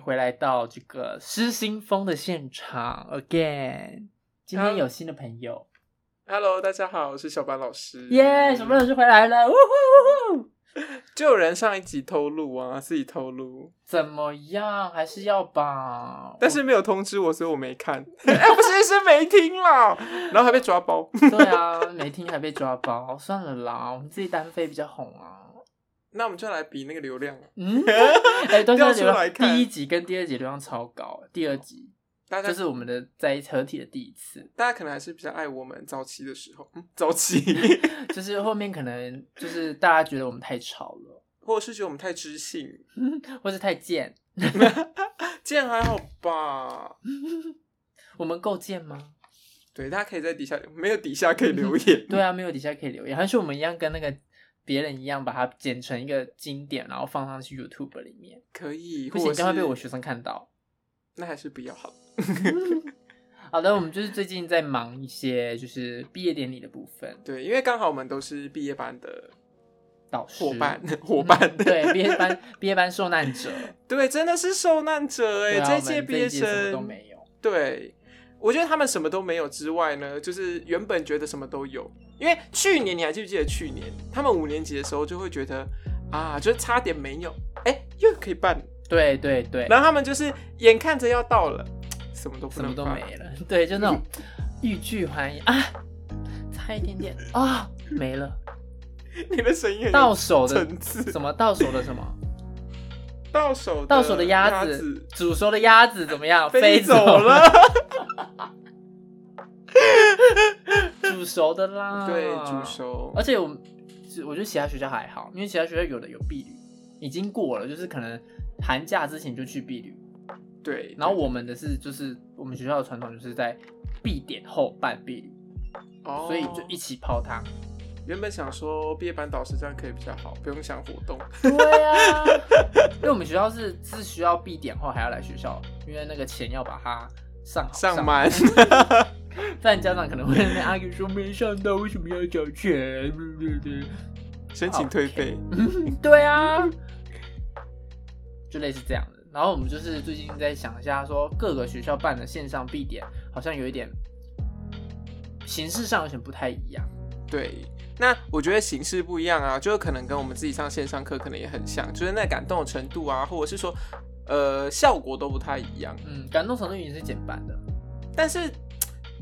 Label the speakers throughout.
Speaker 1: 回来到这个失心疯的现场 again。今天有新的朋友，
Speaker 2: Hello，大家好，我是小班老师。
Speaker 1: 耶！什么老师回来了？呜呼呜呼！
Speaker 2: 就有人上一集偷录啊，自己偷录，
Speaker 1: 怎么样？还是要吧。
Speaker 2: 但是没有通知我，所以我没看。 哎、不是，是没听 啦，然后还被抓包。
Speaker 1: 对啊，没听还被抓包， 算了啦，我们自己单飞比较红啊。
Speaker 2: 那我们就来比那个流量，啊
Speaker 1: 嗯，哎、都
Speaker 2: 调
Speaker 1: 是
Speaker 2: 出
Speaker 1: 流
Speaker 2: 来
Speaker 1: 量
Speaker 2: 看
Speaker 1: 第一集跟第二集流量超高，第二集
Speaker 2: 大家、
Speaker 1: 就是我们的在一起合体的第一次，
Speaker 2: 大家可能还是比较爱我们早期的时候，嗯，早期，
Speaker 1: 就是后面可能就是大家觉得我们太吵了，
Speaker 2: 或者是觉得我们太知性，
Speaker 1: 或是太贱，
Speaker 2: 这样还好吧？
Speaker 1: 我们够贱吗？
Speaker 2: 对，大家可以在底下没有底下可以留言
Speaker 1: ，对啊，没有底下可以留言，还是我们一样跟那个别人一样，把它剪成一个经典，然后放上去 YouTube 里面，
Speaker 2: 可以，
Speaker 1: 不
Speaker 2: 或者
Speaker 1: 行，
Speaker 2: 是
Speaker 1: 将会被我学生看 到。
Speaker 2: 那还是比较好了。
Speaker 1: 好的，我们就是最近在忙一些就是毕业典礼的部分，
Speaker 2: 对，因为刚好我们都是毕业班的
Speaker 1: 导师嗯
Speaker 2: 伙伴， 伙伴，
Speaker 1: 对毕业班毕业班受难 者，
Speaker 2: 对，真的是受难者哎、
Speaker 1: 对啊我
Speaker 2: 这
Speaker 1: 们这
Speaker 2: 届毕业
Speaker 1: 一届什么都
Speaker 2: 生，
Speaker 1: 没有，
Speaker 2: 对，我觉得他们什么都没有之外呢，就是原本觉得什么都有，因为去年你还记不记得去年他们五年级的时候就会觉得啊，就是差点没有，哎、又可以办，
Speaker 1: 对对对，
Speaker 2: 然后他们就是眼看着要到了， 什么都不
Speaker 1: 什么
Speaker 2: 能
Speaker 1: 都
Speaker 2: 办
Speaker 1: 没了，对，就 那种欲拒还迎啊，差一点点啊，没 了，
Speaker 2: 你的声音很
Speaker 1: 到
Speaker 2: 有
Speaker 1: 手的
Speaker 2: 层次，
Speaker 1: 什么到手的什么。
Speaker 2: 到手
Speaker 1: 到手的鸭
Speaker 2: 鸭
Speaker 1: 子，煮熟的鸭子怎么样？
Speaker 2: 飞
Speaker 1: 走
Speaker 2: 走，了，
Speaker 1: 煮熟的啦。
Speaker 2: 对，煮。熟
Speaker 1: 啊而，且我们，是我觉得其他学校还好，因为其他学校有的有避旅，已经过了，就是可能寒假之前就去避旅。
Speaker 2: 对，
Speaker 1: 然后我们的是，就是我们学校的传统就是在必点后办避旅，
Speaker 2: 哦
Speaker 1: 所以就一起泡汤。
Speaker 2: 原本想说毕业班导师这样可以比较好，不用想活动。
Speaker 1: 对啊， 因为我们学校是是需要必点后还要来学校，因为那个钱要把它上好
Speaker 2: 上满，
Speaker 1: 但家长可能会在那边 argue 说没上到，为什么要缴钱？对对对，
Speaker 2: 申请退费。
Speaker 1: 嗯对啊，就类似这样的。然后我们就是最近在想一下，说各个学校办的线上必点好像有一点形式上有点不太一样。
Speaker 2: 对，那我觉得形式不一样啊，就是可能跟我们自己上线上课可能也很像，就是那感动的程度啊，或者是说，呃，效果都不太一样。
Speaker 1: 嗯，感动程度已经是减半的。
Speaker 2: 但是，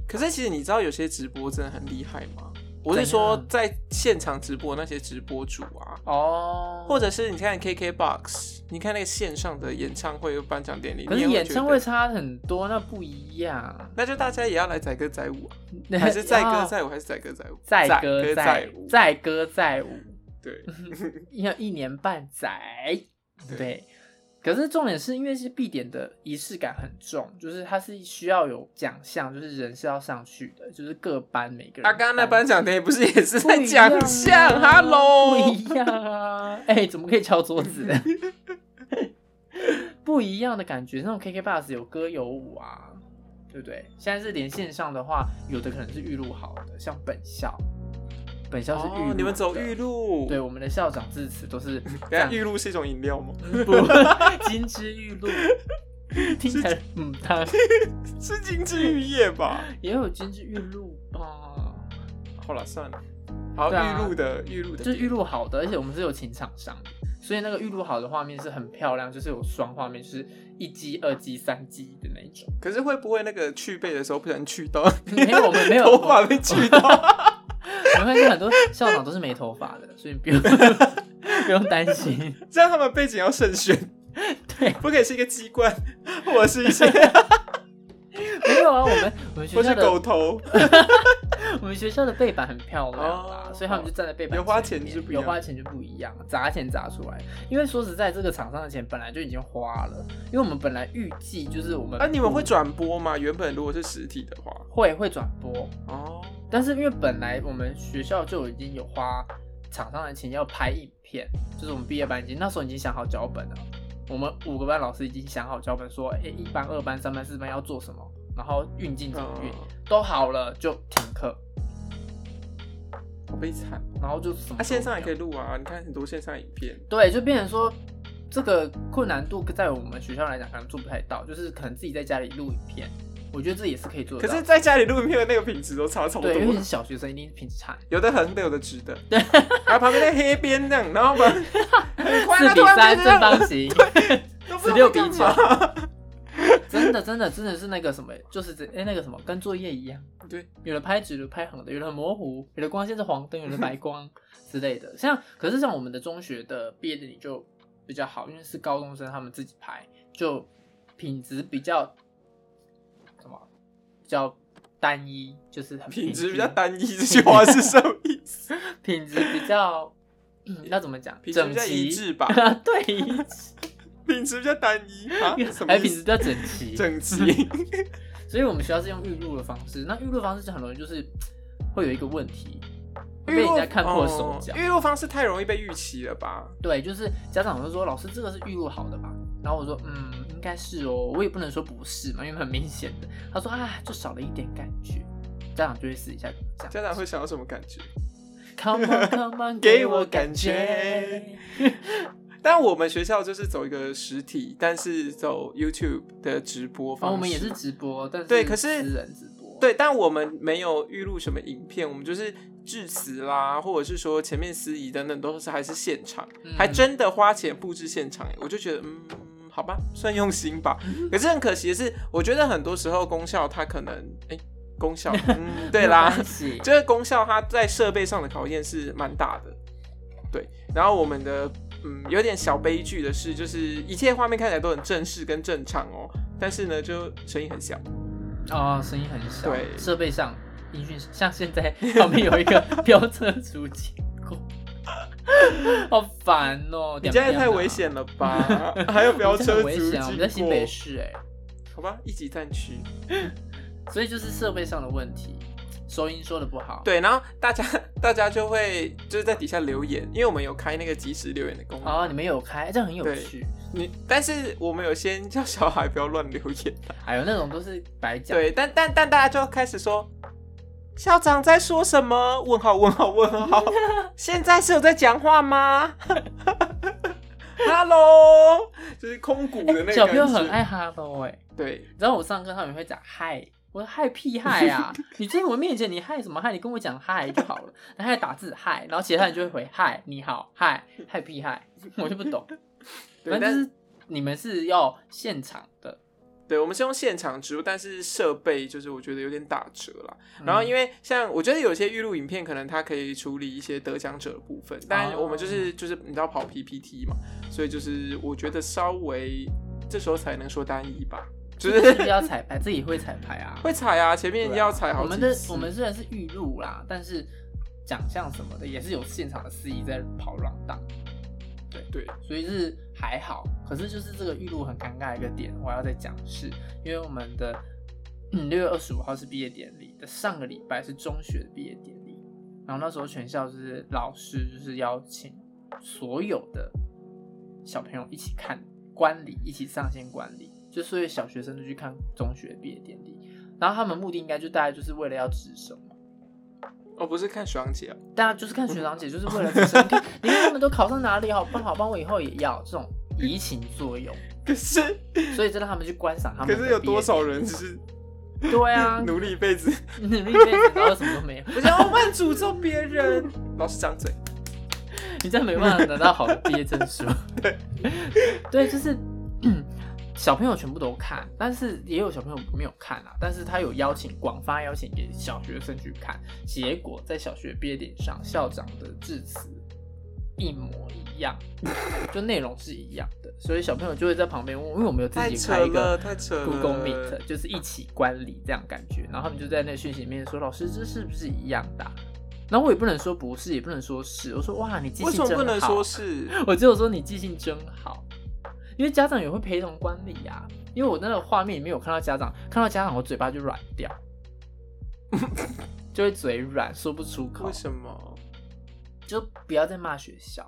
Speaker 2: 可是其实你知道有些直播真的很厉害吗？我是
Speaker 1: 怎
Speaker 2: 说
Speaker 1: 样
Speaker 2: 在现场直播那些直播主啊，
Speaker 1: 哦，
Speaker 2: 或者是你看 KKBOX，你看那个线上的演唱会、颁奖典礼，
Speaker 1: 可是
Speaker 2: 你也会
Speaker 1: 演
Speaker 2: 觉
Speaker 1: 唱
Speaker 2: 得
Speaker 1: 会差很多，那不一样。
Speaker 2: 那就大家也要来载歌载舞啊。还是载歌载舞，还是载歌载舞，
Speaker 1: 哦载歌
Speaker 2: 载
Speaker 1: 载
Speaker 2: 舞，
Speaker 1: 载歌载舞，
Speaker 2: 对，
Speaker 1: 要一年半载。
Speaker 2: 对
Speaker 1: 对，可是重点是因为是必点的仪式感很重，就是它是需要有奖项，就是人是要上去的，就是各班每个人。
Speaker 2: 阿啊刚那颁奖典礼不是也是
Speaker 1: 不
Speaker 2: 在
Speaker 1: 一样啊
Speaker 2: 奖项？Hello，
Speaker 1: 不一样啊！哎、怎么可以敲桌 子？不一样的感觉，那种 KK Bus 有歌有舞啊，对不对？现在是连线上的话，有的可能是预录好的，像本校，本校是预录、
Speaker 2: 哦，你们走玉。露，
Speaker 1: 对，，我们的校长致辞都 是这
Speaker 2: 等
Speaker 1: 样
Speaker 2: 下玉露是一种饮料吗？
Speaker 1: 不， 金枝玉露，听起来嗯， 它
Speaker 2: 是金枝玉叶吧？
Speaker 1: 也有金枝玉露吧，
Speaker 2: 好了，算了，好，
Speaker 1: 对啊
Speaker 2: 玉露的玉露的，
Speaker 1: 就是预，录好的，而且我们是有请厂商的，所以那个预录好的画面是很漂亮，就是有双画面，就是一机、二机、三机的那一种。
Speaker 2: 可是会不会那个去背的时候不小心去到？
Speaker 1: 没有，我们没有，
Speaker 2: 头发被去到，
Speaker 1: 我们发现很多校长都是没头发的，所以不用 不用担心。
Speaker 2: 这样他们背景要慎选，
Speaker 1: 对，
Speaker 2: 不可以是一个鸡冠，或者是 一些，
Speaker 1: 没有啊，我们我们
Speaker 2: 或
Speaker 1: 学
Speaker 2: 是
Speaker 1: 校
Speaker 2: 狗
Speaker 1: 的
Speaker 2: 头，
Speaker 1: 我们学校的背板很漂亮啦，
Speaker 2: 哦
Speaker 1: 所以他们就站在背板
Speaker 2: 有花
Speaker 1: 前
Speaker 2: 钱
Speaker 1: 面
Speaker 2: 就不一
Speaker 1: 有
Speaker 2: 样
Speaker 1: 花钱就不一样，砸钱砸出来。因为说实在，这个厂商的钱本来就已经花了，因为我们本来预计就是我们
Speaker 2: 啊，你们会转播吗？原本如果是实体的话，
Speaker 1: 会会转播，
Speaker 2: 哦。
Speaker 1: 但是因为本来我们学校就已经有花厂商的钱要拍影片，就是我们毕业班已经那时候已经想好脚本了，我们五个班老师已经想好脚本说，哎、一班、二班、三班、四班要做什么，然后运镜怎么运、
Speaker 2: 嗯
Speaker 1: 都好了就停课，
Speaker 2: 好悲惨。
Speaker 1: 然后就什么都没有
Speaker 2: 啊啊，线上也可以录啊，你看很多线上影片，
Speaker 1: 对，就变成说这个困难度在我们学校来讲可能做不太到，就是可能自己在家里录影片，我觉得这也是可以做得
Speaker 2: 可
Speaker 1: 到。
Speaker 2: 是在家里录影片的那个品质都差超多
Speaker 1: 对，，因为是小学生一定品质差。
Speaker 2: 有的横的，有的直 的，然后旁边那黑边这样，然后把很 快
Speaker 1: 四比三正 方形，16比九
Speaker 2: 九，
Speaker 1: 真的真的真的是那个什么，就是这哎、那个什么，跟作业一样，
Speaker 2: 对，
Speaker 1: 有的拍直的，有的拍横的，有的很模糊， 有的光线是黄 灯，有的白光之类的。像可是像我们的中学的毕业典礼就比较好，因为是高中生他们自己拍，就品质比较什么比较单一，就是很
Speaker 2: 品质
Speaker 1: 平
Speaker 2: 比较
Speaker 1: 均
Speaker 2: 单一，这句话是什么意 思？
Speaker 1: 品质比 较，嗯要怎么讲？
Speaker 2: 品质
Speaker 1: 整
Speaker 2: 比较
Speaker 1: 齐
Speaker 2: 一致吧
Speaker 1: 对，一致
Speaker 2: 品质比较单一 啊？什么
Speaker 1: 还
Speaker 2: 意
Speaker 1: 品质
Speaker 2: 思
Speaker 1: 比？较整齐。
Speaker 2: 整齐，
Speaker 1: 所以我们学校是用预录的方式。那预录方式就很容易就是会有一个问题，会 被人家看破手脚
Speaker 2: 哦。预录方式太容易被预期了吧？
Speaker 1: 对，就是家长会说：“老师，这个是预录好的吧？”然后我说：“嗯，应该是哦。”我也不能说不是嘛，因为很明显的。他说：“啊，就少了一点感觉。”家长就会试一下跟我讲，
Speaker 2: 家长会想到什么感觉？
Speaker 1: come on come on，
Speaker 2: 给
Speaker 1: 给
Speaker 2: 我
Speaker 1: 我
Speaker 2: 感
Speaker 1: 感
Speaker 2: 觉
Speaker 1: 觉。
Speaker 2: 但我们学校就是走一个实体，但是走 YouTube 的直播方
Speaker 1: 然
Speaker 2: 式。
Speaker 1: 哦后我们也是直播，但是
Speaker 2: 对可是
Speaker 1: 私人直播，
Speaker 2: 对，但我们没有预录什么影片，我们就是致辞啦，或者是说前面司仪等等，都是还是现场，
Speaker 1: 嗯
Speaker 2: 还真的花钱布置现场、欸，我就觉得嗯。好吧，算用 心吧。可是很可惜的是，我觉得很多时候功效它可能，哎、功效，嗯，对
Speaker 1: 没
Speaker 2: 啦
Speaker 1: 有，关系
Speaker 2: 这个功效它在设备上的考验是蛮大的，对。然后我们的嗯有点小悲剧的是，就是一切画面看起来都很正式跟正常哦，但是呢就声音很小，
Speaker 1: 哦，声音很小，
Speaker 2: 对
Speaker 1: 设备上音讯像现 在旁边有一个飙车族经过， 好烦哦！
Speaker 2: 你家也太危险了吧？ 还有飙车
Speaker 1: 我们家很危
Speaker 2: 族
Speaker 1: 险啊！我们
Speaker 2: 经
Speaker 1: 在新北
Speaker 2: 过，
Speaker 1: 市哎，
Speaker 2: 好吧，一级战区。
Speaker 1: 所以就是设备上的问题，收音说的不好，
Speaker 2: 对，然后大家大家就会就是在底下留言，因为我们有开那个即时留言的功能。
Speaker 1: 哦，你们有开，这样很有
Speaker 2: 对
Speaker 1: 趣。
Speaker 2: 你但是我们有先叫小孩不要乱留言。
Speaker 1: 哎呦，那种都是白讲，
Speaker 2: 对，但但但大家就开始说。校长在说什么？问号问号 问号！现在是有在讲话吗 ？Hello，就是空谷的那个、感
Speaker 1: 哎小朋友
Speaker 2: 觉
Speaker 1: 很爱哈喽哎，
Speaker 2: 对，
Speaker 1: 你知道我上课他们会讲嗨。我说嗨 屁嗨啊！你在我面前你嗨什么嗨？你跟我讲嗨就好了。然后还打字嗨，然后其他人就会回嗨你好嗨嗨屁嗨，我就不懂。
Speaker 2: 对，
Speaker 1: 反正
Speaker 2: 但
Speaker 1: 就是你们是要现场的，
Speaker 2: 对，我们是用现场植入，但是设备就是我觉得有点打折啦。
Speaker 1: 嗯
Speaker 2: 然后因为像我觉得有些预录影片，可能它可以处理一些得奖者的部分，但我们
Speaker 1: 哦
Speaker 2: 就是就是你知道跑 PPT 嘛，所以就是我觉得稍微这时候才能说单一吧，就
Speaker 1: 为
Speaker 2: 是
Speaker 1: 要彩排，自己会彩排 啊，
Speaker 2: 会踩啊，前
Speaker 1: 对啊
Speaker 2: 面要踩好
Speaker 1: 我
Speaker 2: 几
Speaker 1: 们的
Speaker 2: 次
Speaker 1: 我们虽然是预录啦，但是奖项什么的也是有现场的司仪在跑浪荡，
Speaker 2: 对
Speaker 1: 所以是还好。可是就是这个预录很尴尬的一个点，我要再讲是，因为我们的嗯六月二十五号是毕业典礼的，上个礼拜是中学的毕业典礼，然后那时候全校就是老师就是邀请所有的小朋友一起看观礼，一起上线观礼，就所以小学生就去看中学毕业典礼，然后他们目的应该就大概就是为了要值守嘛。
Speaker 2: 哦，不是看爽姐、啊，
Speaker 1: 大家就是看学长姐，就是为了自身。你看，你看他们都考上哪里，好棒好棒，我以后也要这种移情作用，
Speaker 2: 可是
Speaker 1: 所以就让他们去观赏他
Speaker 2: 可
Speaker 1: 们。
Speaker 2: 是有多少？人只 是
Speaker 1: 对啊，
Speaker 2: 努力一辈子，
Speaker 1: 努力一辈子，然后什么都没有，
Speaker 2: 我 想要慢诅咒别人，老师张嘴，
Speaker 1: 你这样没办法拿到好的毕业证 书。对，对，就是。嗯小朋友全部都看，但是也有小朋友没有看啊。但是他有邀请广发邀请给小学生去看，结果在小学毕业典礼上，校长的致辞一模一样，就内容是一样的，所以小朋友就会在旁边问，因为我们有自
Speaker 2: 太
Speaker 1: 己
Speaker 2: 扯
Speaker 1: 开一
Speaker 2: 了，
Speaker 1: 个
Speaker 2: 太扯了
Speaker 1: Google Meet，就是一起观礼这样感觉，然后他们就在那个讯息里面说，老师这是不是一样的啊、然后我也不能说不是，也不能说是，我说哇，你记
Speaker 2: 为什
Speaker 1: 性
Speaker 2: 么
Speaker 1: 真
Speaker 2: 不能
Speaker 1: 好
Speaker 2: 说是？
Speaker 1: 我只有说你记性真好，因为家长也会陪同观礼呀、啊。因为我那个画面里面有看到家长，看到家长我嘴巴就软掉，就会嘴软说不出口
Speaker 2: 为，什么？
Speaker 1: 就不要再骂学校。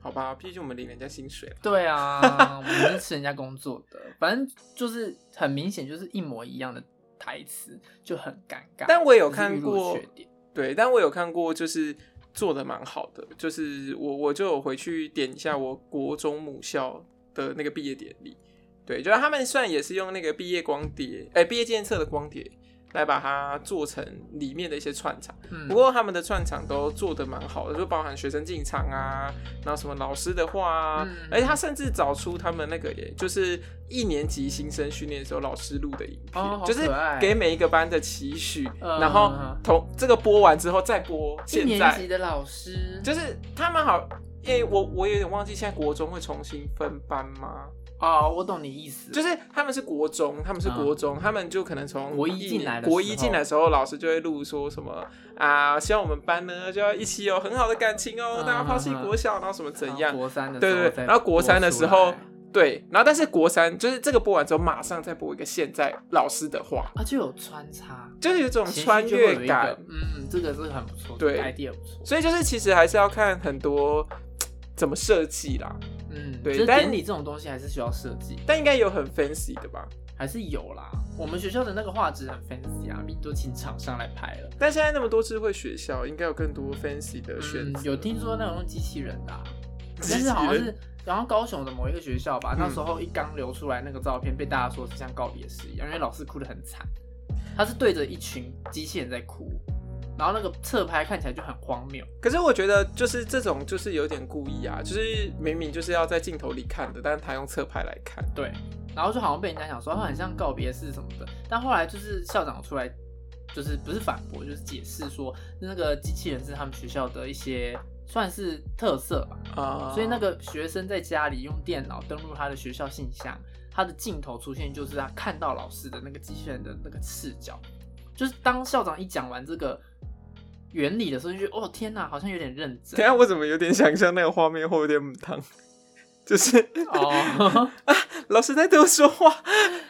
Speaker 2: 好吧，毕竟我们领人家薪水了。
Speaker 1: 对 啊，我们是吃人家工作的，反正就是很明显就是一模一样的台词，就很尴尬。
Speaker 2: 但我也有
Speaker 1: 这是
Speaker 2: 看
Speaker 1: 预录的
Speaker 2: 过
Speaker 1: 缺点
Speaker 2: 对，但我有看过，就是做的蛮好的，就是我我就有回去点一下我国中母校的那个毕业典礼，对，就是他们虽然也是用那个毕业光碟，哎、毕业纪念册的光碟来把它做成里面的一些串场，
Speaker 1: 嗯
Speaker 2: 不过他们的串场都做的蛮好的，就包含学生进场啊，然后什么老师的话啊，
Speaker 1: 嗯
Speaker 2: 而且他甚至找出他们那个耶，就是一年级新生训练的时候老师录的影片，
Speaker 1: 哦好
Speaker 2: 就是
Speaker 1: 可爱
Speaker 2: 给每一个班的期许，
Speaker 1: 嗯
Speaker 2: 然后同这个播完之后再播
Speaker 1: 一
Speaker 2: 现
Speaker 1: 年级
Speaker 2: 在，
Speaker 1: 的老师，
Speaker 2: 就是他们好，因为我我有点忘记现在国中会重新分班吗？
Speaker 1: 哦，我懂你意思，
Speaker 2: 就是他们是国中，他们是国中，他们就可能从
Speaker 1: 啊国一进来的时候
Speaker 2: 国一进来的时候，老师就会录说什么啊，希望我们班呢就要一起有很好的感情哦，
Speaker 1: 嗯
Speaker 2: 大家抛弃
Speaker 1: 嗯嗯
Speaker 2: 国小，然后什么怎样
Speaker 1: 然后？国三的
Speaker 2: 对
Speaker 1: 时
Speaker 2: 对
Speaker 1: 候
Speaker 2: 对
Speaker 1: 再
Speaker 2: 然后国三的时候
Speaker 1: 播出来
Speaker 2: 对，然后但是国三就是这个播完之后，马上再播一个现在老师的话，
Speaker 1: 啊就有穿插，
Speaker 2: 就是有种
Speaker 1: 情绪
Speaker 2: 穿
Speaker 1: 就会有
Speaker 2: 越
Speaker 1: 一
Speaker 2: 感
Speaker 1: 个。，嗯，这个是很不错，
Speaker 2: 对
Speaker 1: 这个 idea 不错，
Speaker 2: 所以就是其实还是要看很多怎么设计啦，
Speaker 1: 嗯，
Speaker 2: 对
Speaker 1: 就是
Speaker 2: 但
Speaker 1: 典礼这种东西还是需要设计，
Speaker 2: 但应该有很 fancy 的吧。
Speaker 1: 还是有啦。我们学校的那个画质很 fancy 啊，都请厂商来拍了。
Speaker 2: 但现在那么多智慧学校，应该有更多 fancy 的选
Speaker 1: 嗯
Speaker 2: 择、，
Speaker 1: 有听说那种用机器人的、 啊，
Speaker 2: 机
Speaker 1: 但
Speaker 2: 器
Speaker 1: 是
Speaker 2: 人
Speaker 1: 好像是然后高雄的某一个学校吧，
Speaker 2: 嗯
Speaker 1: 那时候一刚流出来那个照片，被大家说是像告别式一样，因为老师哭得很惨，他是对着一群机器人在哭，然后那个侧拍看起来就很荒谬。
Speaker 2: 可是我觉得就是这种就是有点故意啊，就是明明就是要在镜头里看的，但是他用侧拍来看。
Speaker 1: 对，然后就好像被人家讲说他哦很像告别式什么的，但后来就是校长出来，就是不是反驳，就是解释说那个机器人是他们学校的一些算是特色吧，
Speaker 2: 啊、
Speaker 1: 所以那个学生在家里用电脑登录他的学校信箱，他的镜头出现就是他看到老师的那个机器人的那个视角，就是当校长一讲完这个原理的时候，就觉得哦天哪，好像有点认真
Speaker 2: 等一下我怎么有点想象那个画面会有点母汤，就是
Speaker 1: 哦，
Speaker 2: 啊 老师在对我说话，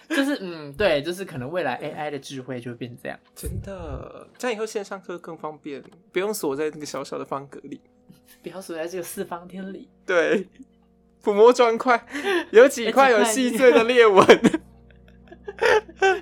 Speaker 1: 就是嗯对，就是可能未来 AI 的智慧就会变这样。
Speaker 2: 真的，这样以后线上课更方便，不用锁在那个小小的方格里。
Speaker 1: 不要锁在这个四方天里。
Speaker 2: 对，抚摸砖块，有几块有细碎的裂 纹。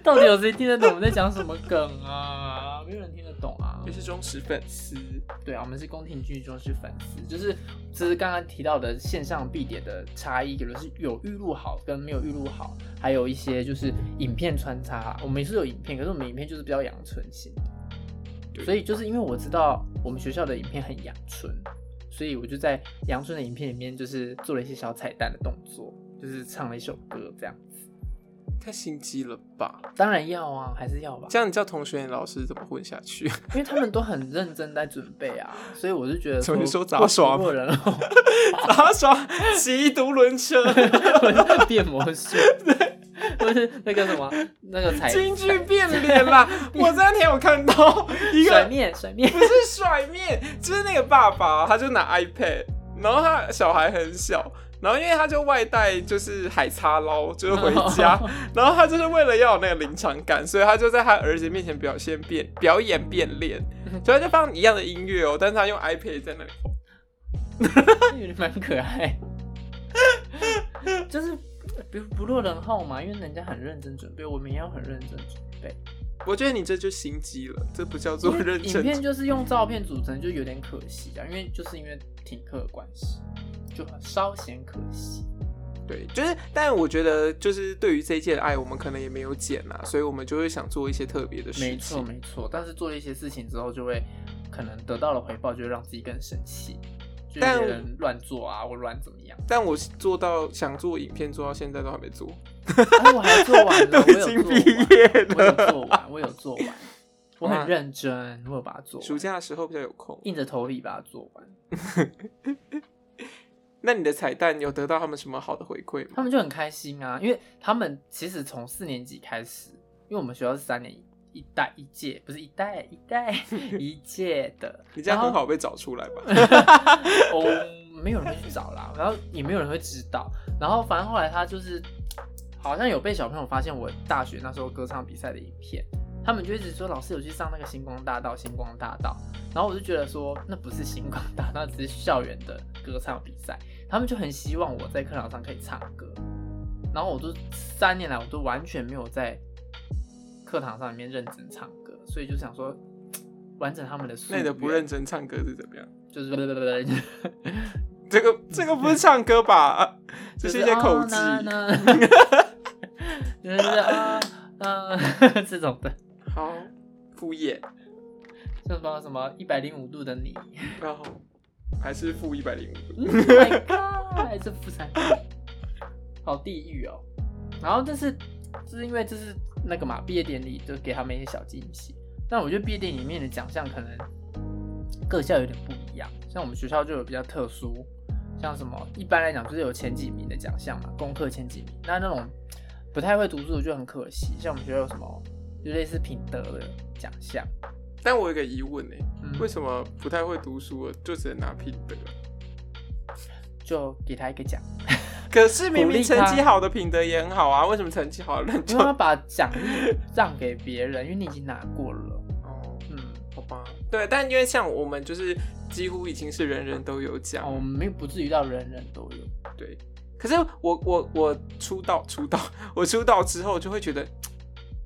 Speaker 1: 到底有谁听得懂我们在讲什么梗啊？没有人听得懂啊
Speaker 2: 你。是忠实粉丝，
Speaker 1: 对啊，我们是宫廷剧中是粉丝，就是这是刚刚提到的线上必点的差异，有的是有预录好跟没有预录好，还有一些就是影片穿插。我们也是有影片，可是我们影片就是比较阳春型的，
Speaker 2: 对
Speaker 1: 所以就是因为我知道我们学校的影片很阳春，所以我就在阳春的影片里面就是做了一些小彩蛋的动作，就是唱了一首歌这样。
Speaker 2: 太心机了吧？
Speaker 1: 当然要啊，还是要吧。
Speaker 2: 这样你叫同学、老师怎么混下去？
Speaker 1: 因为他们都很认真在准备啊，所以我就觉得
Speaker 2: 所以你说杂
Speaker 1: 不
Speaker 2: 耍
Speaker 1: 不
Speaker 2: 吗
Speaker 1: 过人后
Speaker 2: 杂耍、骑独轮车、
Speaker 1: 我在变魔 术，不是那个什么那个彩
Speaker 2: 京剧变脸啦！我那天有看到一
Speaker 1: 甩
Speaker 2: 个，
Speaker 1: 面甩面
Speaker 2: 不是甩面，就是那个爸爸，他就拿 iPad，然后他小孩很小。然后因为他就外带就是海叉捞，就是回家
Speaker 1: 哦
Speaker 2: 然后他就是为了要有那个临场感，所以他就在他儿子面前表现变表演变脸，
Speaker 1: 嗯
Speaker 2: 所以他就放一样的音乐哦，但是他用 iPad 在那里放。
Speaker 1: 有点蛮可爱，就是不不落人后嘛，因为人家很认真准备，我们也要很认真准备。
Speaker 2: 我觉得你这就心机了，这不叫
Speaker 1: 因
Speaker 2: 做
Speaker 1: 为
Speaker 2: 认
Speaker 1: 影
Speaker 2: 真。
Speaker 1: 片就是用照片组成，就有点可惜啊，因为就是因为停课的关系，就稍显可惜。
Speaker 2: 对，就是，但我觉得就是对于这一届的爱，我们可能也没有减啦，所以我们就会想做一些特别的事
Speaker 1: 没错
Speaker 2: 情。
Speaker 1: 没错，但是做了一些事情之后，就会可能得到了回报，就会让自己更生气，就
Speaker 2: 但
Speaker 1: 有些人乱做啊，或乱怎么样。
Speaker 2: 但我做到想做影片，做到现在都还没做，
Speaker 1: 哎，我还做 完了，
Speaker 2: 都
Speaker 1: 我
Speaker 2: 已
Speaker 1: 有
Speaker 2: 经
Speaker 1: 做
Speaker 2: 毕
Speaker 1: 完，
Speaker 2: 业
Speaker 1: 我有做
Speaker 2: 了。
Speaker 1: 完，我有做 完，我很认真，我有把它做完，
Speaker 2: 暑假的时候比较有空。
Speaker 1: 硬着头皮把它做完。
Speaker 2: 那你的彩蛋有得到他们什么好的回馈吗？
Speaker 1: 他们就很开心啊，因为他们其实从四年级开始，因为我们学校是三年一一代一届，不是一代 一代一届的，
Speaker 2: 你这样
Speaker 1: 然后
Speaker 2: 很好被找出来吧？
Speaker 1: 哦，没有人会去找啦，然后也没有人会知道。然后反正后来他就是，好像有被小朋友发现我大学那时候歌唱比赛的影片，他们就一直说老师有去上那个星光大道，星光大道。然后我就觉得说那不是星光大道，只是校园的歌唱比赛。他们就很希望我在课堂上可以唱歌，然后我都三年来我都完全没有在课堂上里面认真唱歌，所以就想说。完整他们的夙
Speaker 2: 那你的不
Speaker 1: 愿
Speaker 2: 认真唱歌是怎么样？
Speaker 1: 就是
Speaker 2: 这个这个不是唱歌吧？这
Speaker 1: 就是
Speaker 2: 一些口技。
Speaker 1: 哦呐 呐就是啊啊 这种的，
Speaker 2: 好副业，
Speaker 1: 像什么什么一百零五度的你
Speaker 2: 然后还是负一百零五。
Speaker 1: Oh，My God，这副产好地狱哦。然后这是就是因为这是那个嘛，毕业典礼就给他们一些小惊喜。但我觉得毕业典礼里面的奖项可能各校有点不一样，像我们学校就有比较特殊，像什么一般来讲就是有前几名的奖项嘛，功课前几名。那那种不太会读书的就很可惜，像我们学校有什么就类似品德的奖项，
Speaker 2: 但我有个疑问呢、欸
Speaker 1: 嗯
Speaker 2: 为什么不太会读书的就只能拿啊品德？
Speaker 1: 就给他一个奖，
Speaker 2: 可是明
Speaker 1: 鼓
Speaker 2: 明
Speaker 1: 励他嗯
Speaker 2: 成绩好的品德也很好啊，为什么成绩好的人
Speaker 1: 因
Speaker 2: 就
Speaker 1: 为他把奖励让给别人，因为你已经拿过了。
Speaker 2: 哦？
Speaker 1: 嗯，
Speaker 2: 好吧，对，但因为像我们就是几乎已经是人人都有奖，
Speaker 1: 哦，我们又不至于到人人都有。
Speaker 2: 对。可是我我我出道出道， 我出道之后就会觉得，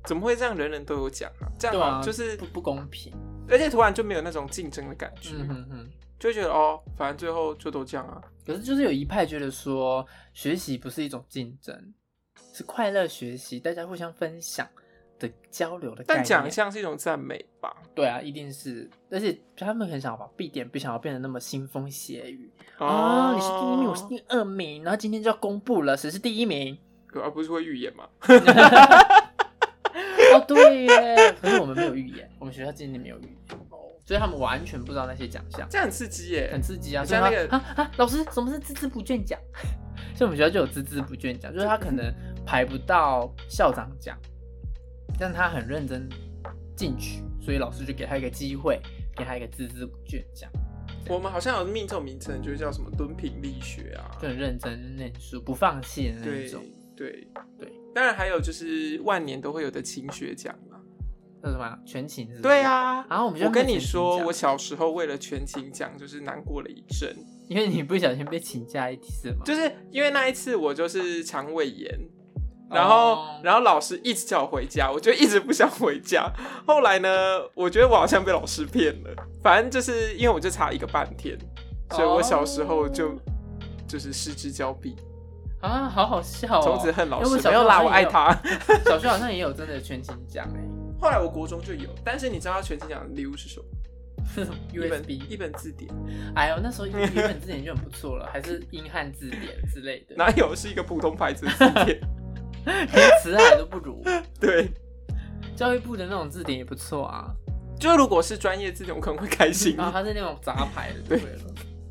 Speaker 2: 怎么会这样人人都有奖啊？这样
Speaker 1: 对
Speaker 2: 好像
Speaker 1: 啊，
Speaker 2: 就是
Speaker 1: 不，不公平。
Speaker 2: 而且突然就没有那种竞争的感觉，
Speaker 1: 嗯哼哼。
Speaker 2: 就会觉得哦，反正最后就都这样啊。
Speaker 1: 可是就是有一派觉得说，学习不是一种竞争，是快乐学习，大家互相分享的交流的概
Speaker 2: 但
Speaker 1: 念。
Speaker 2: 奖项是一种赞美吧？
Speaker 1: 对啊，一定是，而且他们很想要把 B 点不想要变得那么腥风血雨啊、
Speaker 2: 哦
Speaker 1: 你是第一名，我是第二名，然后今天就要公布了，谁是第一名？
Speaker 2: 而、啊、不是会预言嘛？
Speaker 1: 哦，对 耶，可是我们没有预言，我们学校今年没有预言，所以他们完全不知道那些奖项。
Speaker 2: 哦这样很刺激耶、
Speaker 1: 很刺激啊！
Speaker 2: 像
Speaker 1: 所以
Speaker 2: 那
Speaker 1: 他啊啊，老师，什么是孜孜不倦奖？ 所以我们学校就有孜孜不倦奖，就是他可能排不到校长奖，但他很认真进取，所以老师就给他一个机会，给他一个孜孜不倦奖，
Speaker 2: 我们好像有命这种名称，就是叫什么敦品力学啊，
Speaker 1: 就很认真念书，不放弃的那一
Speaker 2: 对
Speaker 1: 种。
Speaker 2: 对
Speaker 1: 对，
Speaker 2: 当然还有就是万年都会有的勤学奖啊。
Speaker 1: 那什么全勤是不是？
Speaker 2: 对。啊，
Speaker 1: 嗯然后我们就
Speaker 2: 我跟
Speaker 1: 没有全
Speaker 2: 你
Speaker 1: 勤
Speaker 2: 说，
Speaker 1: 奖
Speaker 2: 我小时候为了全勤奖就是难过了一阵，
Speaker 1: 因为你不小心被请假一次嘛，
Speaker 2: 就是因为那一次我就是肠胃炎，然后、
Speaker 1: 哦
Speaker 2: 然后老师一直叫我回家，我就一直不想回家。后来呢，我觉得我好像被老师骗了，反正就是因为我就差一个半天，所以我小时候就、
Speaker 1: 哦
Speaker 2: 就是失之交臂，
Speaker 1: 啊，好好笑哦。
Speaker 2: 从此恨老
Speaker 1: 因为
Speaker 2: 师。
Speaker 1: 我小
Speaker 2: 没
Speaker 1: 时候
Speaker 2: 有啦，
Speaker 1: 好
Speaker 2: 我
Speaker 1: 像
Speaker 2: 爱
Speaker 1: 也有
Speaker 2: 他。
Speaker 1: 小学好像也有真的全勤奖哎、
Speaker 2: 后来我国中就有，但是你知道全勤奖的礼物是什么？
Speaker 1: 是什么
Speaker 2: 一本
Speaker 1: USB
Speaker 2: 一本字典，
Speaker 1: 哎呦，那时候原本字典就很不错 了，还是英汉字典之类的，
Speaker 2: 哪有是一个普通牌子的字 典？
Speaker 1: 连 词海都不如。
Speaker 2: 对。
Speaker 1: 教育部的那种字典也不错 啊，
Speaker 2: 就如果是专业字典，我可能会开心。
Speaker 1: 然后它是那种杂牌的，对了，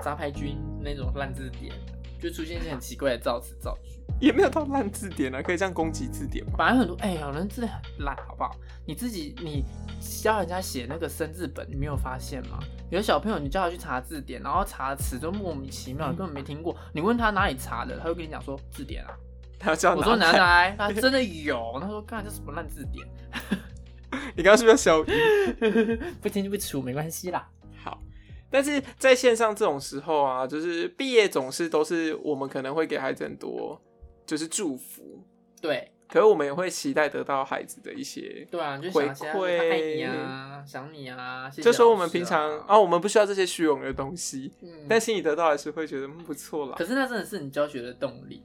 Speaker 1: 杂牌军那种烂字典，就出现一些很奇怪的造词造句。
Speaker 2: 也没有到烂字典啊，可以这样攻击字典吗？
Speaker 1: 反正很多，哎、有人字典很烂，好不好？你自己你教人家写那个生字本，你没有发现吗？有的小朋友你叫他去查字典，然后查词都莫名其
Speaker 2: 嗯
Speaker 1: 妙，根本没听过。你问他哪里查的，他会跟你讲说字典啊。
Speaker 2: 他这样
Speaker 1: 我
Speaker 2: 拿
Speaker 1: 说拿
Speaker 2: 开
Speaker 1: 来，他真的有。他说看这什么烂字典，
Speaker 2: 你刚刚是不是小鱼？
Speaker 1: 不听就不出，没关系啦。
Speaker 2: 好，但是在线上这种时候啊，就是毕业总是都是我们可能会给孩子很多就是祝福，
Speaker 1: 对
Speaker 2: 可是我们也会期待得到孩子的一些，
Speaker 1: 对啊，你就想现在
Speaker 2: 回馈
Speaker 1: 爱你啊，想你啊，谢谢
Speaker 2: 就说我
Speaker 1: 老
Speaker 2: 们
Speaker 1: 师
Speaker 2: 平常
Speaker 1: 啊，
Speaker 2: 啊，我们不需要这些虚荣的东西，
Speaker 1: 嗯
Speaker 2: 但心里得到还是会觉得嗯不错啦
Speaker 1: 可。是那真的是你教学的动力，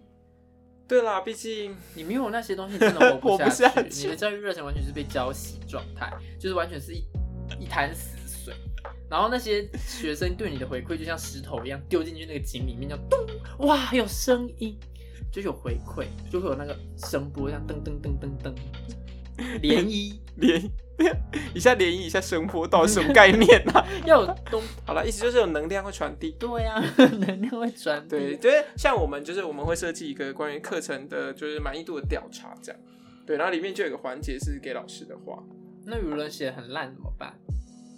Speaker 2: 对啦，毕竟
Speaker 1: 你没有那些东西，真 的活
Speaker 2: 活不下
Speaker 1: 下
Speaker 2: 去
Speaker 1: 你的教育热情完全是被浇熄状态，就是完全是一一滩死水。然后那些学生对你的回馈就像石头一样丢进去那个井里面，就咚，哇，有声音，就有回馈，就会有那个声波，像噔噔噔噔噔，涟漪。
Speaker 2: 涟 一下涟漪一下生活，到底什么概念啊？
Speaker 1: 要有东
Speaker 2: 好了，意思就是有能量会传递。
Speaker 1: 对啊， 能量会传递。
Speaker 2: 对，就是像我们就是我们会设计一个关于课程的，就是满意度的调查这样。对，然后里面就有一个环节是给老师的话，
Speaker 1: 那语文写的很烂怎么办？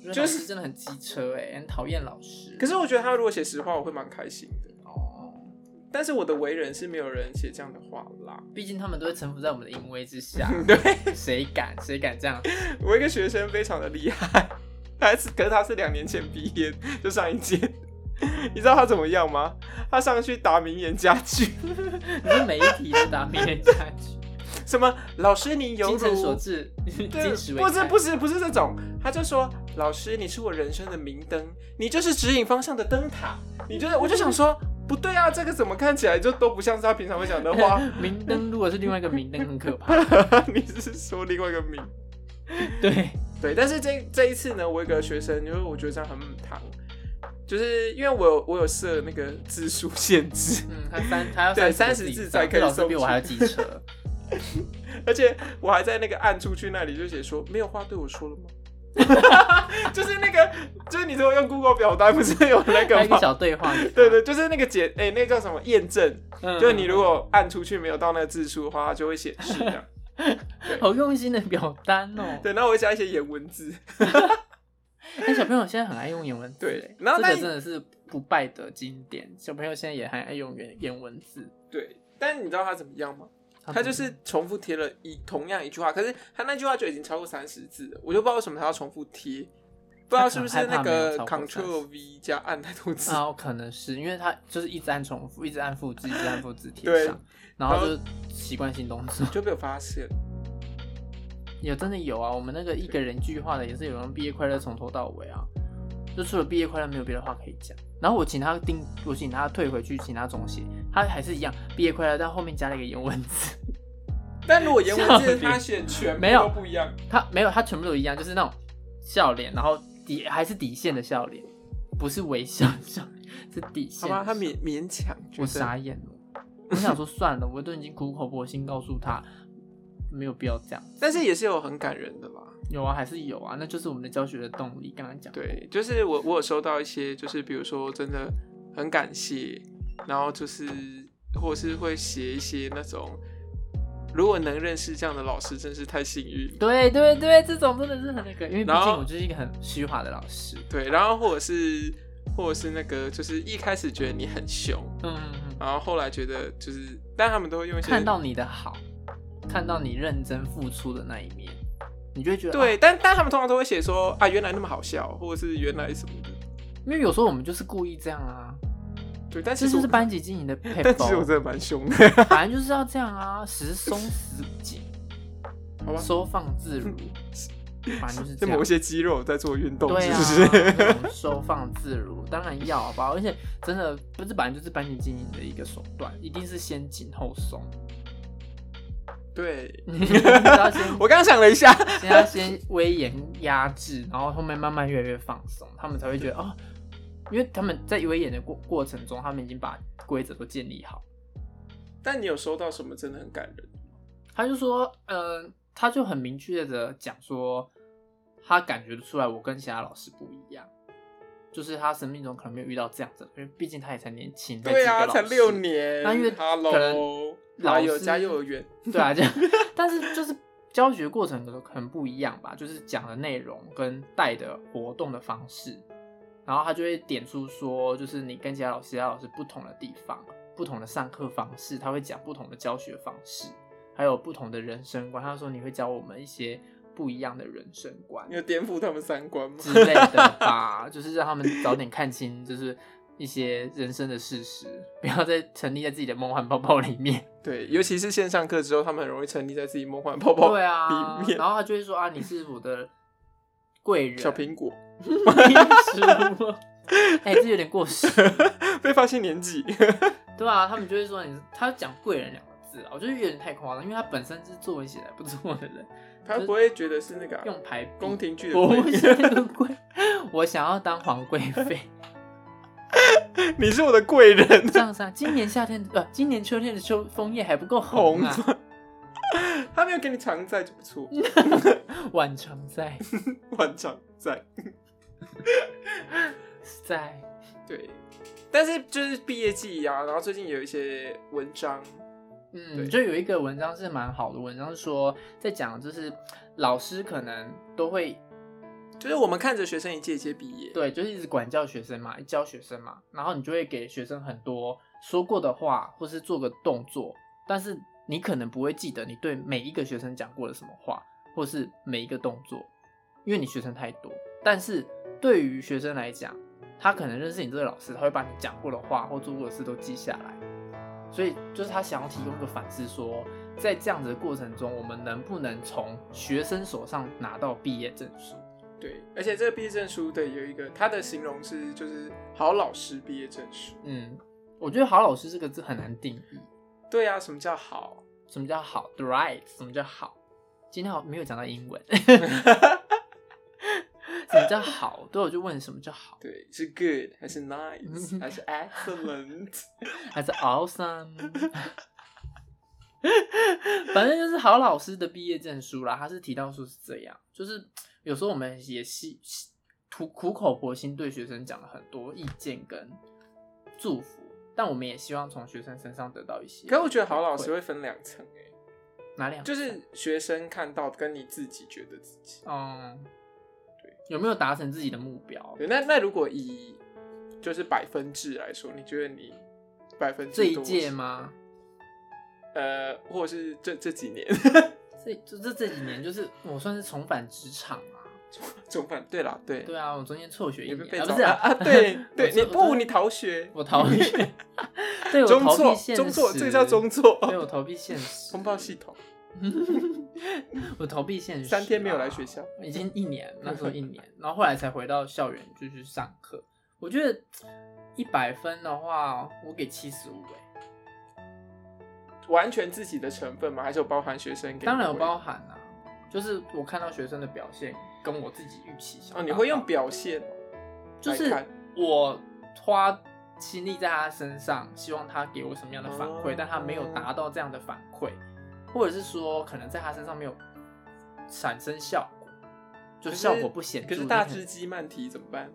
Speaker 1: 就
Speaker 2: 就是
Speaker 1: 是老师真的很机车哎、很讨厌老师。
Speaker 2: 可是我觉得他如果写实话，我会蛮开心的。
Speaker 1: 哦，
Speaker 2: 但是我的为人是没有人写这样的话啦。
Speaker 1: 毕竟他们都会臣服在我们的淫威之下，
Speaker 2: 对
Speaker 1: 谁敢谁敢这样？
Speaker 2: 我一个学生非常的厉害，他是可是他是两年前毕业，就上一届。 你知道他怎么样吗？他上去打名言佳句，
Speaker 1: 你说每一题都打名人家去，
Speaker 2: 什么老师你有
Speaker 1: 精诚所
Speaker 2: 辱，
Speaker 1: 至，
Speaker 2: 对啊
Speaker 1: 金石为
Speaker 2: 不是
Speaker 1: 开
Speaker 2: 不是不是这种，他就说老师，你是我人生的明灯，你就是指引方向的灯塔。”你就是，我就想说，不对啊，这个怎么看起来就都不像是他平常会讲的话？
Speaker 1: 明灯如果是另外一个明灯，很可怕。
Speaker 2: 你是说另外一个明
Speaker 1: 对，
Speaker 2: 对，但是这这一次呢，我有一个学生，因为我觉得这样很母汤，就是因为我有我有设那个字数限制，
Speaker 1: 嗯，他三他要
Speaker 2: 对
Speaker 1: 30字
Speaker 2: 30字
Speaker 1: 以上
Speaker 2: 才可以
Speaker 1: 这老师比
Speaker 2: 送
Speaker 1: 我还要机 车。
Speaker 2: 而且我还在那个按出去那里就写说，没有话对我说了吗？ 就是那个，就是你说用 Google 表单不是有那
Speaker 1: 还有
Speaker 2: 个
Speaker 1: 一个
Speaker 2: 吗？
Speaker 1: 小对话，
Speaker 2: 对对，就是那个解，哎、那个叫什么验证？
Speaker 1: 嗯，
Speaker 2: 就是你如果按出去没有到那个字数的话，它就会显示这样。
Speaker 1: 好用心的表单哦。
Speaker 2: 对，然后我会加一些颜文字。
Speaker 1: 哎，小朋友现在很爱用颜文字，
Speaker 2: 对，
Speaker 1: 这
Speaker 2: 然后
Speaker 1: 个
Speaker 2: 但
Speaker 1: 真的是不败的经典。小朋友现在也很爱用颜颜文字，
Speaker 2: 对，但你知道他怎么样吗？他就是重复贴了一同样一句话，可是他那句话就已经超过三十字了，我就不知道为什么他要重复贴，不知道是不是那个
Speaker 1: 他可能害怕没有超
Speaker 2: Ctrl V 加按太多字。
Speaker 1: 然后啊可能是因为他就是一直按重复，一直按复制，一直按复制贴
Speaker 2: 对
Speaker 1: 上，然后就习惯性动作。
Speaker 2: 就被我发现，
Speaker 1: 有真的有啊，我们那个一个人句话的也是有人毕业快乐从头到尾啊，就除了毕业快乐没有别的话可以讲。然后我请他定，我请他退回去，请他重写，他还是一样毕业快乐，但后面加了一个颜文字，
Speaker 2: 但如果颜文字
Speaker 1: 笑
Speaker 2: 他
Speaker 1: 点
Speaker 2: 写全部
Speaker 1: 没有
Speaker 2: 都不一样，
Speaker 1: 他没有，他全部都一样，就是那种笑脸，然后底还是底线的笑脸，不是微笑的笑脸，是底线
Speaker 2: 好
Speaker 1: 的笑。
Speaker 2: 吧，他勉勉强
Speaker 1: 我
Speaker 2: 觉得
Speaker 1: 傻眼了，我想说算了，我都已经苦口婆心告诉他，没有必要这样。
Speaker 2: 但是也是有很感人的啦。
Speaker 1: 有啊，还是有啊，那就是我们的教学的动力。刚刚讲，，
Speaker 2: 对，就是我我有收到一些，就是比如说真的很感谢，然后就是或是会写一些那种，如果能认识这样的老师，真是太幸运。
Speaker 1: 对对对，这种真的是很那个，因为毕
Speaker 2: 然
Speaker 1: 竟
Speaker 2: 后
Speaker 1: 我就是一个很虚华的老师。
Speaker 2: 对，然后或者是或者是那个，就是一开始觉得你很凶，
Speaker 1: 嗯，嗯嗯
Speaker 2: 然后后来觉得就是，但他们都会用一些
Speaker 1: 看到你的好，看到你认真付出的那一面，你就会觉得
Speaker 2: 对，
Speaker 1: 啊
Speaker 2: 但但他们通常都会写说啊，原来那么好笑，或者是原来什么的。
Speaker 1: 因为有时候我们就是故意这样啊，
Speaker 2: 对，但其
Speaker 1: 这
Speaker 2: 实
Speaker 1: 就
Speaker 2: 我
Speaker 1: 是班级经营的配
Speaker 2: 但其实我
Speaker 1: 包，
Speaker 2: 真的蛮凶的，
Speaker 1: 反正就是要这样啊，时松时紧，
Speaker 2: 好吧？
Speaker 1: 收放自 如，反正就是这
Speaker 2: 是
Speaker 1: 样
Speaker 2: 某。些肌肉在做运动，
Speaker 1: 对
Speaker 2: 是
Speaker 1: 啊，
Speaker 2: 不是？
Speaker 1: 那种收放自如，当然要好不好？而且真的不是本来就是班级经营的一个手段，一定是先紧后松。
Speaker 2: 对，
Speaker 1: 你要先，
Speaker 2: 我刚刚想了一下，
Speaker 1: 先要先威严压制，然后后面慢慢越来越放松，他们才会觉得哦，因为他们在威严的过过程中，他们已经把规则都建立好。
Speaker 2: 但你有收到什么真的很感人？
Speaker 1: 他就说，嗯、他就很明确的讲说，他感觉得出来我跟其他老师不一样，就是他生命中可能没有遇到这样子的，因为毕竟他也才年轻，
Speaker 2: 对
Speaker 1: 啊，
Speaker 2: 啊，才六，年，
Speaker 1: 那因为
Speaker 2: Hello，
Speaker 1: 可能老
Speaker 2: 还有
Speaker 1: 师
Speaker 2: 加幼儿园，
Speaker 1: 对啊，这样，但是就是教学过程可能不一样吧，就是讲的内容跟带的活动的方式，然后他就会点出说，就是你跟其他老师、其他老师不同的地方，不同的上课方式，他会讲不同的教学方式，还有不同的人生观。他说你会教我们一些不一样的人生观
Speaker 2: 你有颠覆他们三观吗？
Speaker 1: 之类的吧，就是让他们早点看清，就是一些人生的事实，不要再沉溺在自己的梦幻泡泡里面。
Speaker 2: 对，尤其是线上课之后，他们很容易沉溺在自己梦幻泡泡
Speaker 1: 对啊
Speaker 2: 里，面。
Speaker 1: 然后他就会说啊，你是我的贵人，
Speaker 2: 小苹果
Speaker 1: 果，哎、这有点过时。
Speaker 2: 被发现年 纪，
Speaker 1: 对啊，他们就会说你是，他讲贵人两个字啊，我觉得有点太夸张，因为他本身是作文写的不错的人，
Speaker 2: 他不会觉得是那个啊
Speaker 1: 用牌
Speaker 2: 宫廷剧的
Speaker 1: 我不
Speaker 2: 贵
Speaker 1: 是那个贵，我想要当皇贵妃。
Speaker 2: 你是我的贵人，
Speaker 1: 这样子啊，今年夏天呃，今年秋天的秋枫叶还不够红啊，
Speaker 2: 他没有给你常在就 不错，
Speaker 1: 晚常在
Speaker 2: 晚常在。
Speaker 1: 在，
Speaker 2: 对，但是就是毕业季啊，然后最近有一些文章，对
Speaker 1: 嗯，就有一个文章是蛮好的文章，说在讲就是老师可能都会
Speaker 2: 就是我们看着学生一届一届毕业，
Speaker 1: 对，就是一直管教学生嘛，教学生嘛，然后你就会给学生很多说过的话，或是做个动作，但是你可能不会记得你对每一个学生讲过的什么话，或是每一个动作，因为你学生太多。但是对于学生来讲，他可能认识你这个老师，他会把你讲过的话或做过的事都记下来，所以就是他想要提供一个反思说。在这样子的过程中，我们能不能从学生手上拿到毕业证书？
Speaker 2: 对，而且这个毕业证书的有一个，它的形容是就是好老师毕业证书。
Speaker 1: 嗯，我觉得好老师这个字很难定义，
Speaker 2: 对啊，什么叫好？
Speaker 1: 什么叫好？The right，什么叫好？今天好没有讲到英 文，什么叫好？对，我就问什么叫好，
Speaker 2: 对，是 good 还是 nice 还是 excellent？
Speaker 1: 还是 awesome？反正就是好老师的毕业证书啦，他是提到说是这样，就是有时候我们也是苦苦口婆心对学生讲了很多意见跟祝福，但我们也希望从学生身上得到一些。
Speaker 2: 可是我觉得好老师会分两层诶，
Speaker 1: 哪两个？
Speaker 2: 就是学生看到跟你自己觉得自己。
Speaker 1: 嗯，
Speaker 2: 对，
Speaker 1: 有没有达成自己的目标？
Speaker 2: 对，那那如果以就是百分制来说，你觉得你百分之
Speaker 1: 这一
Speaker 2: 多
Speaker 1: 届
Speaker 2: 少？
Speaker 1: 吗？
Speaker 2: 呃，或者是这这几年
Speaker 1: 这就这这几年，就是我算是重返职场啊。
Speaker 2: 中饭？对啦，对，
Speaker 1: 对啊，我中间辍学一
Speaker 2: 你被
Speaker 1: 年，
Speaker 2: 被
Speaker 1: 啊
Speaker 2: 找
Speaker 1: 不是
Speaker 2: 啊啊？对对，
Speaker 1: 我是
Speaker 2: 你
Speaker 1: 我
Speaker 2: 不
Speaker 1: 是
Speaker 2: 你逃学，
Speaker 1: 我逃避， 对我
Speaker 2: 中
Speaker 1: 逃避
Speaker 2: 错
Speaker 1: 现实，
Speaker 2: 中错，这个叫中错，
Speaker 1: 对我逃避现实，
Speaker 2: 通报系统。
Speaker 1: 我逃避现实、啊
Speaker 2: 三天没有来学校，
Speaker 1: 已经一年，那时候一年，然后后来才回到校园就去上课。我觉得一百分的话，我给七十五哎，
Speaker 2: 完全自己的成分吗？还是有包含学生给你的回
Speaker 1: 当
Speaker 2: 应？
Speaker 1: 然有包含啦、就是我看到学生的表现跟我自己预期相
Speaker 2: 哦，你
Speaker 1: 达
Speaker 2: 会用
Speaker 1: 到
Speaker 2: 表现哦，
Speaker 1: 就是
Speaker 2: 来看
Speaker 1: 我花心力在他身上，希望他给我什么样的反馈，
Speaker 2: 哦
Speaker 1: 但他没有达到这样的反馈，或者是说可能在他身上没有产生效果，就
Speaker 2: 可是
Speaker 1: 效果不显著。
Speaker 2: 可是大只鸡慢提怎么办？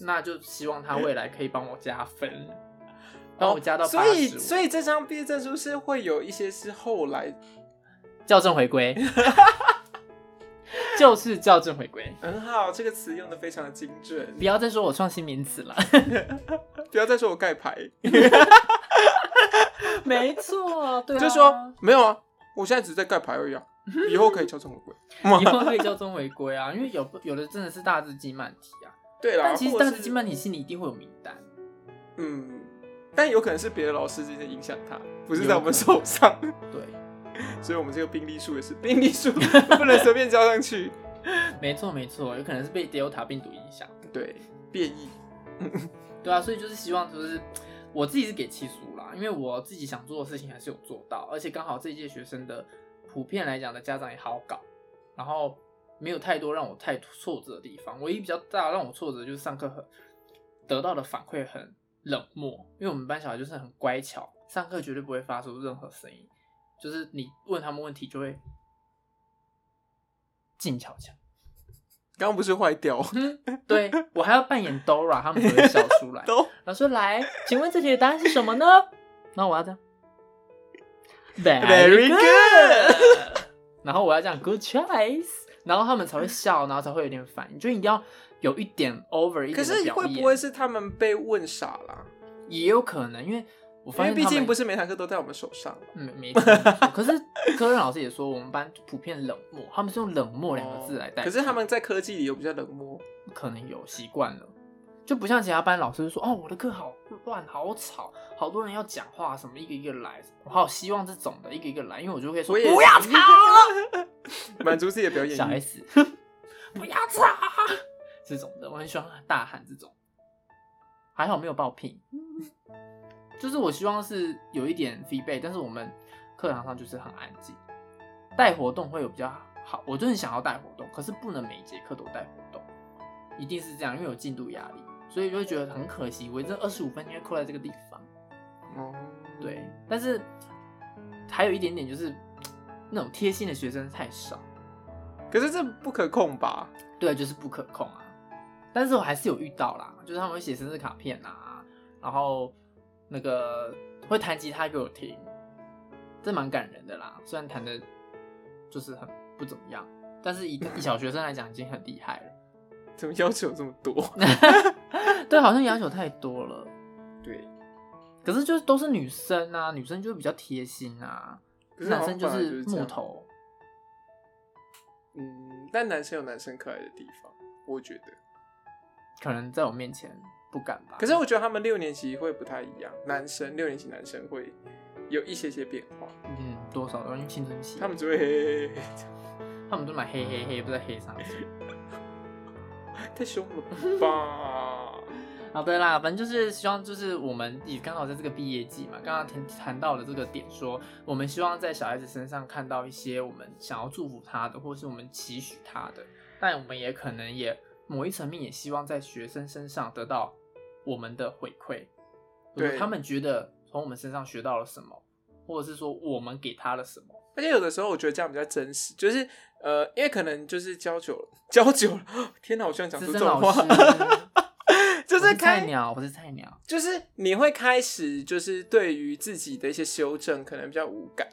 Speaker 1: 那就希望他未来可以帮我加 分，帮我加到
Speaker 2: 哦
Speaker 1: 八
Speaker 2: 所以
Speaker 1: 十
Speaker 2: 所以这张毕业证书是会有一些是后来，
Speaker 1: 校正回归， 就是校正回归。
Speaker 2: 很嗯好，这个词用的非常的精准，
Speaker 1: 不要再说我创新名词了，
Speaker 2: 不要再说我盖牌，
Speaker 1: 没错，对、啊，
Speaker 2: 就说没有啊，我现在只是在盖牌而已啊，以后可以敲中国鬼。
Speaker 1: 以后可以校正回归啊，因为有有的真的是大字经慢题啊，
Speaker 2: 对啦，
Speaker 1: 但其实
Speaker 2: 或者
Speaker 1: 大
Speaker 2: 是
Speaker 1: 字经慢题心里一定会有名单，
Speaker 2: 嗯，但有可能是别的老师直接影响他，不是
Speaker 1: 有
Speaker 2: 在我们
Speaker 1: 可能
Speaker 2: 手上，
Speaker 1: 对，
Speaker 2: 所以我们这个病例数也是 病例数不能随便交上去。
Speaker 1: 没错没错，有可能是被 Delta 病毒影响，
Speaker 2: 对，变异。
Speaker 1: 对啊，所以就是希望就是我自己是给七十五啦，因为我自己想做的事情还是有做到，而且刚好这一届学生的普遍来讲的家长也好搞，然后没有太多让我太挫折的地方，唯一比较大让我挫折就是上课很得到的反馈很冷漠，因为我们班小孩就是很乖巧，上课绝对不会发出任何声音，就是你问他们问题就会静悄 悄。
Speaker 2: 刚刚不是 坏掉
Speaker 1: 对我还要扮演 Dora，他们才会笑出来。
Speaker 2: 都
Speaker 1: 老师来，请问这题的答案是什么呢？ 那我要这样
Speaker 2: very good。
Speaker 1: good 然后我要这样 good choice，然后他们才会笑，然后才会有点反应，就你要有一点 over 一点
Speaker 2: 可
Speaker 1: 的
Speaker 2: 是
Speaker 1: 表
Speaker 2: 会
Speaker 1: 演，
Speaker 2: 不会是他们被问傻了？
Speaker 1: 也有可能，因为我
Speaker 2: 因
Speaker 1: 发
Speaker 2: 为
Speaker 1: 现
Speaker 2: 毕
Speaker 1: 他
Speaker 2: 竟
Speaker 1: 们
Speaker 2: 不是每堂课都在我们手上。
Speaker 1: 没没听过，可是科任老师也说我们班普遍冷漠，他们是用冷漠两个字来代哦
Speaker 2: 哦
Speaker 1: 替，
Speaker 2: 可是他们在科技里有比较冷漠，
Speaker 1: 可能有习惯了，就不像其他班老师说哦，我的课好乱、好吵，好多人要讲话，什么一个一个来，我好希望这种的一个一个来，因为我就可以说
Speaker 2: 我也
Speaker 1: 不要吵啊了，
Speaker 2: 满足自己的表演欲。
Speaker 1: 小 S，不要吵这种的，我很喜欢大喊这种，还好没有爆品，就是我希望是有一点 feedback，但是我们课堂上就是很安静，带活动会有比较好，我就是想要带活动，可是不能每一节课都带活动，一定是这样，因为有进度压力，所以就会觉得很可惜，我这二十五分应该扣在这个地方。
Speaker 2: 哦，
Speaker 1: 对，但是还有一点点就是那种贴心的学生太少。
Speaker 2: 可是这不可控吧？
Speaker 1: 对，就是不可控啊。但是我还是有遇到啦，就是他们会写生日卡片啊，然后那个会弹吉他给我听，这蛮感人的啦。虽然弹的就是很不怎么样，但 是以以小学生来讲已经很厉害了。
Speaker 2: 怎么要求这么多？
Speaker 1: 对，好像要求太多了。
Speaker 2: 对，
Speaker 1: 可是就是都是女生啊，女生就比较贴心啊，
Speaker 2: 可 是
Speaker 1: 男
Speaker 2: 好像
Speaker 1: 生就
Speaker 2: 本来
Speaker 1: 是
Speaker 2: 是这
Speaker 1: 木
Speaker 2: 样。
Speaker 1: 头。
Speaker 2: 嗯，但男生有男生可爱的地方，我觉得。
Speaker 1: 可能在我面前不敢吧。
Speaker 2: 可是我觉得他们六年级会不太一样，男生六年级男生会有一些些变化，
Speaker 1: 嗯，多少都因为青春期，
Speaker 2: 他们只会嘿嘿嘿嘿这样
Speaker 1: 他们都买黑黑黑，不是黑上去。
Speaker 2: 太凶 了吧？
Speaker 1: 好的啦，反正就是希望，就是我们也刚好在这个毕业季嘛，刚刚谈谈到了这个点说，我们希望在小孩子身上看到一些我们想要祝福他的，或是我们期许他的，但我们也可能也某一层面也希望在学生身上得到我们的回馈，就
Speaker 2: 对
Speaker 1: 是他们觉得从我们身上学到了什么，或者是说我们给他了什么。
Speaker 2: 而且有的时候我觉得这样比较真实，就是呃，因为可能就是教久了， 教久了， 天哪，我居然讲出
Speaker 1: 资
Speaker 2: 这
Speaker 1: 深
Speaker 2: 种
Speaker 1: 老
Speaker 2: 话，
Speaker 1: 师，
Speaker 2: 就
Speaker 1: 我
Speaker 2: 是
Speaker 1: 是菜
Speaker 2: 开
Speaker 1: 鸟，我是菜鸟，
Speaker 2: 就是你会开始就是对于自己的一些修正可能比较无感，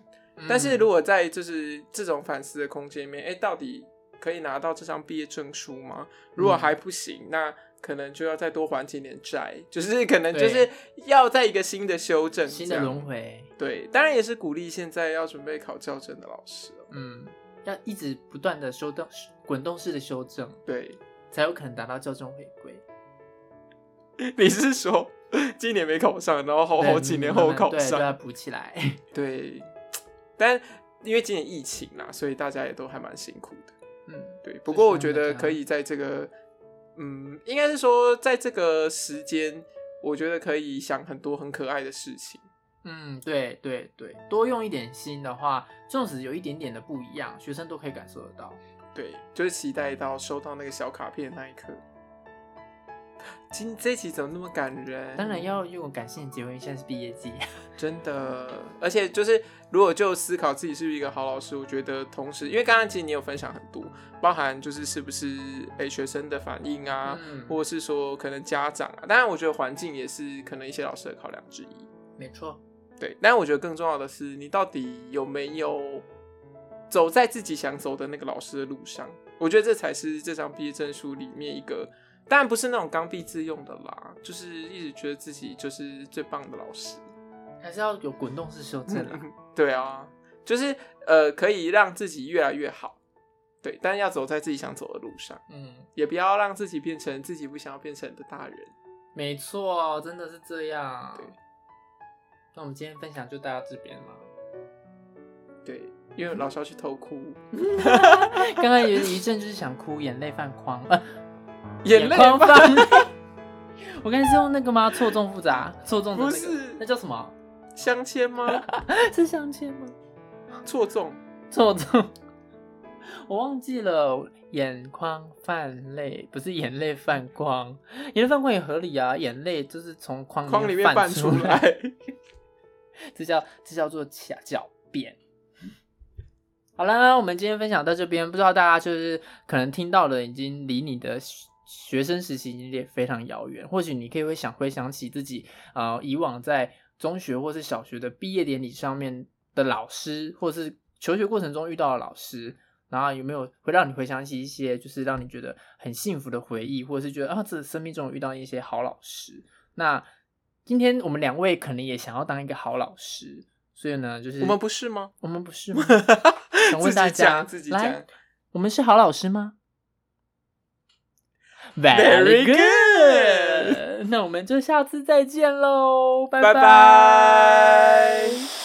Speaker 2: 但是如
Speaker 1: 果
Speaker 2: 果在就是这种反思的空间里面，哎、到底可以拿到这张毕业证书吗？如果还不行，那可能就要再多还几年债，就是可能
Speaker 1: 对
Speaker 2: 就是要在一个新的修正，
Speaker 1: 嗯新的轮。回，
Speaker 2: 对，当然也是鼓励现在要准备考教证的老师哦、
Speaker 1: 嗯，要一直不断的修正，滚动式的修正，
Speaker 2: 对，
Speaker 1: 才有可能达到校正回归。
Speaker 2: 你是说今年没考上，然后好
Speaker 1: 对
Speaker 2: 哦好几年后
Speaker 1: 慢慢
Speaker 2: 考
Speaker 1: 对，就
Speaker 2: 上？
Speaker 1: 要补起来。
Speaker 2: 对，但因为今年疫情啦，所以大家也都还蛮辛苦的。
Speaker 1: 嗯，
Speaker 2: 对，不过我
Speaker 1: 希
Speaker 2: 觉
Speaker 1: 望
Speaker 2: 得
Speaker 1: 大家
Speaker 2: 可以在这个，嗯，应该是说在这个时间，我觉得可以想很多很可爱的事情。
Speaker 1: 嗯，对对对，多用一点心的话，纵使有一点点的不一样，学生都可以感受得到。
Speaker 2: 对，就是期待到收到那个小卡片的那一刻。 今这一期怎么那么感人？
Speaker 1: 当然要用感性结婚，现在是毕业季。
Speaker 2: 真的，而且就是如果就思考自己是不是一个好老师，我觉得同时，因为刚刚其实你有分享很多，包含就是是不是诶、学生的反应啊，
Speaker 1: 嗯，
Speaker 2: 或是说可能家长啊，当然我觉得环境也是可能一些老师的考量之一。
Speaker 1: 没错，
Speaker 2: 对，但我觉得更重要的是，你到底有没有走在自己想走的那个老师的路上？我觉得这才是这张毕业证书里面一个，当然不是那种刚愎自用的啦，就是一直觉得自己就是最棒的老师。
Speaker 1: 还是要有滚动式修正啦。
Speaker 2: 对啊，就是呃，可以让自己越来越好。对，但要走在自己想走的路上，
Speaker 1: 嗯，
Speaker 2: 也不要让自己变成自己不想要变成的大人。
Speaker 1: 没错，真的是这样
Speaker 2: 对。
Speaker 1: 那我们今天分享就到这边了。
Speaker 2: 对，因为老师要去偷哭，
Speaker 1: 刚刚有一阵就是想哭，眼泪泛眶，呃、
Speaker 2: 眼泪
Speaker 1: 眶
Speaker 2: 吧，
Speaker 1: 泛泪。 我刚才是用那个吗？错综复杂，错综的那
Speaker 2: 不
Speaker 1: 个，
Speaker 2: 是
Speaker 1: 那叫什 么？
Speaker 2: 镶嵌吗？
Speaker 1: 是镶嵌吗？
Speaker 2: 错综。
Speaker 1: 错综， 我忘记了。眼眶泛泪，不是眼泪泛光，眼泪泛光也合理啊。眼泪就是从框
Speaker 2: 框里面
Speaker 1: 泛
Speaker 2: 泛出
Speaker 1: 来，
Speaker 2: 来。
Speaker 1: 这叫这叫做巧狡辩。好啦，我们今天分享到这边，不知道大家就是可能听到的已经离你的学学生时期已经也非常遥远，或许你可以会想回想起自己呃以往在中学或是小学的毕业典礼上面的老师，或是求学过程中遇到的老师。然后有没有会让你回想起一些就是让你觉得很幸福的回忆，或者是觉得啊，这生命中有遇到一些好老师？那今天我们两位可能也想要当一个好老师，所以呢，就是
Speaker 2: 我们不是吗？
Speaker 1: 我们不是 吗？ 想
Speaker 2: 自
Speaker 1: 问
Speaker 2: 己
Speaker 1: 大家，
Speaker 2: 讲自己
Speaker 1: 来
Speaker 2: 讲。
Speaker 1: 我们是好老师吗
Speaker 2: Very
Speaker 1: good。那我们就下次再见喽，
Speaker 2: 拜
Speaker 1: 拜
Speaker 2: 拜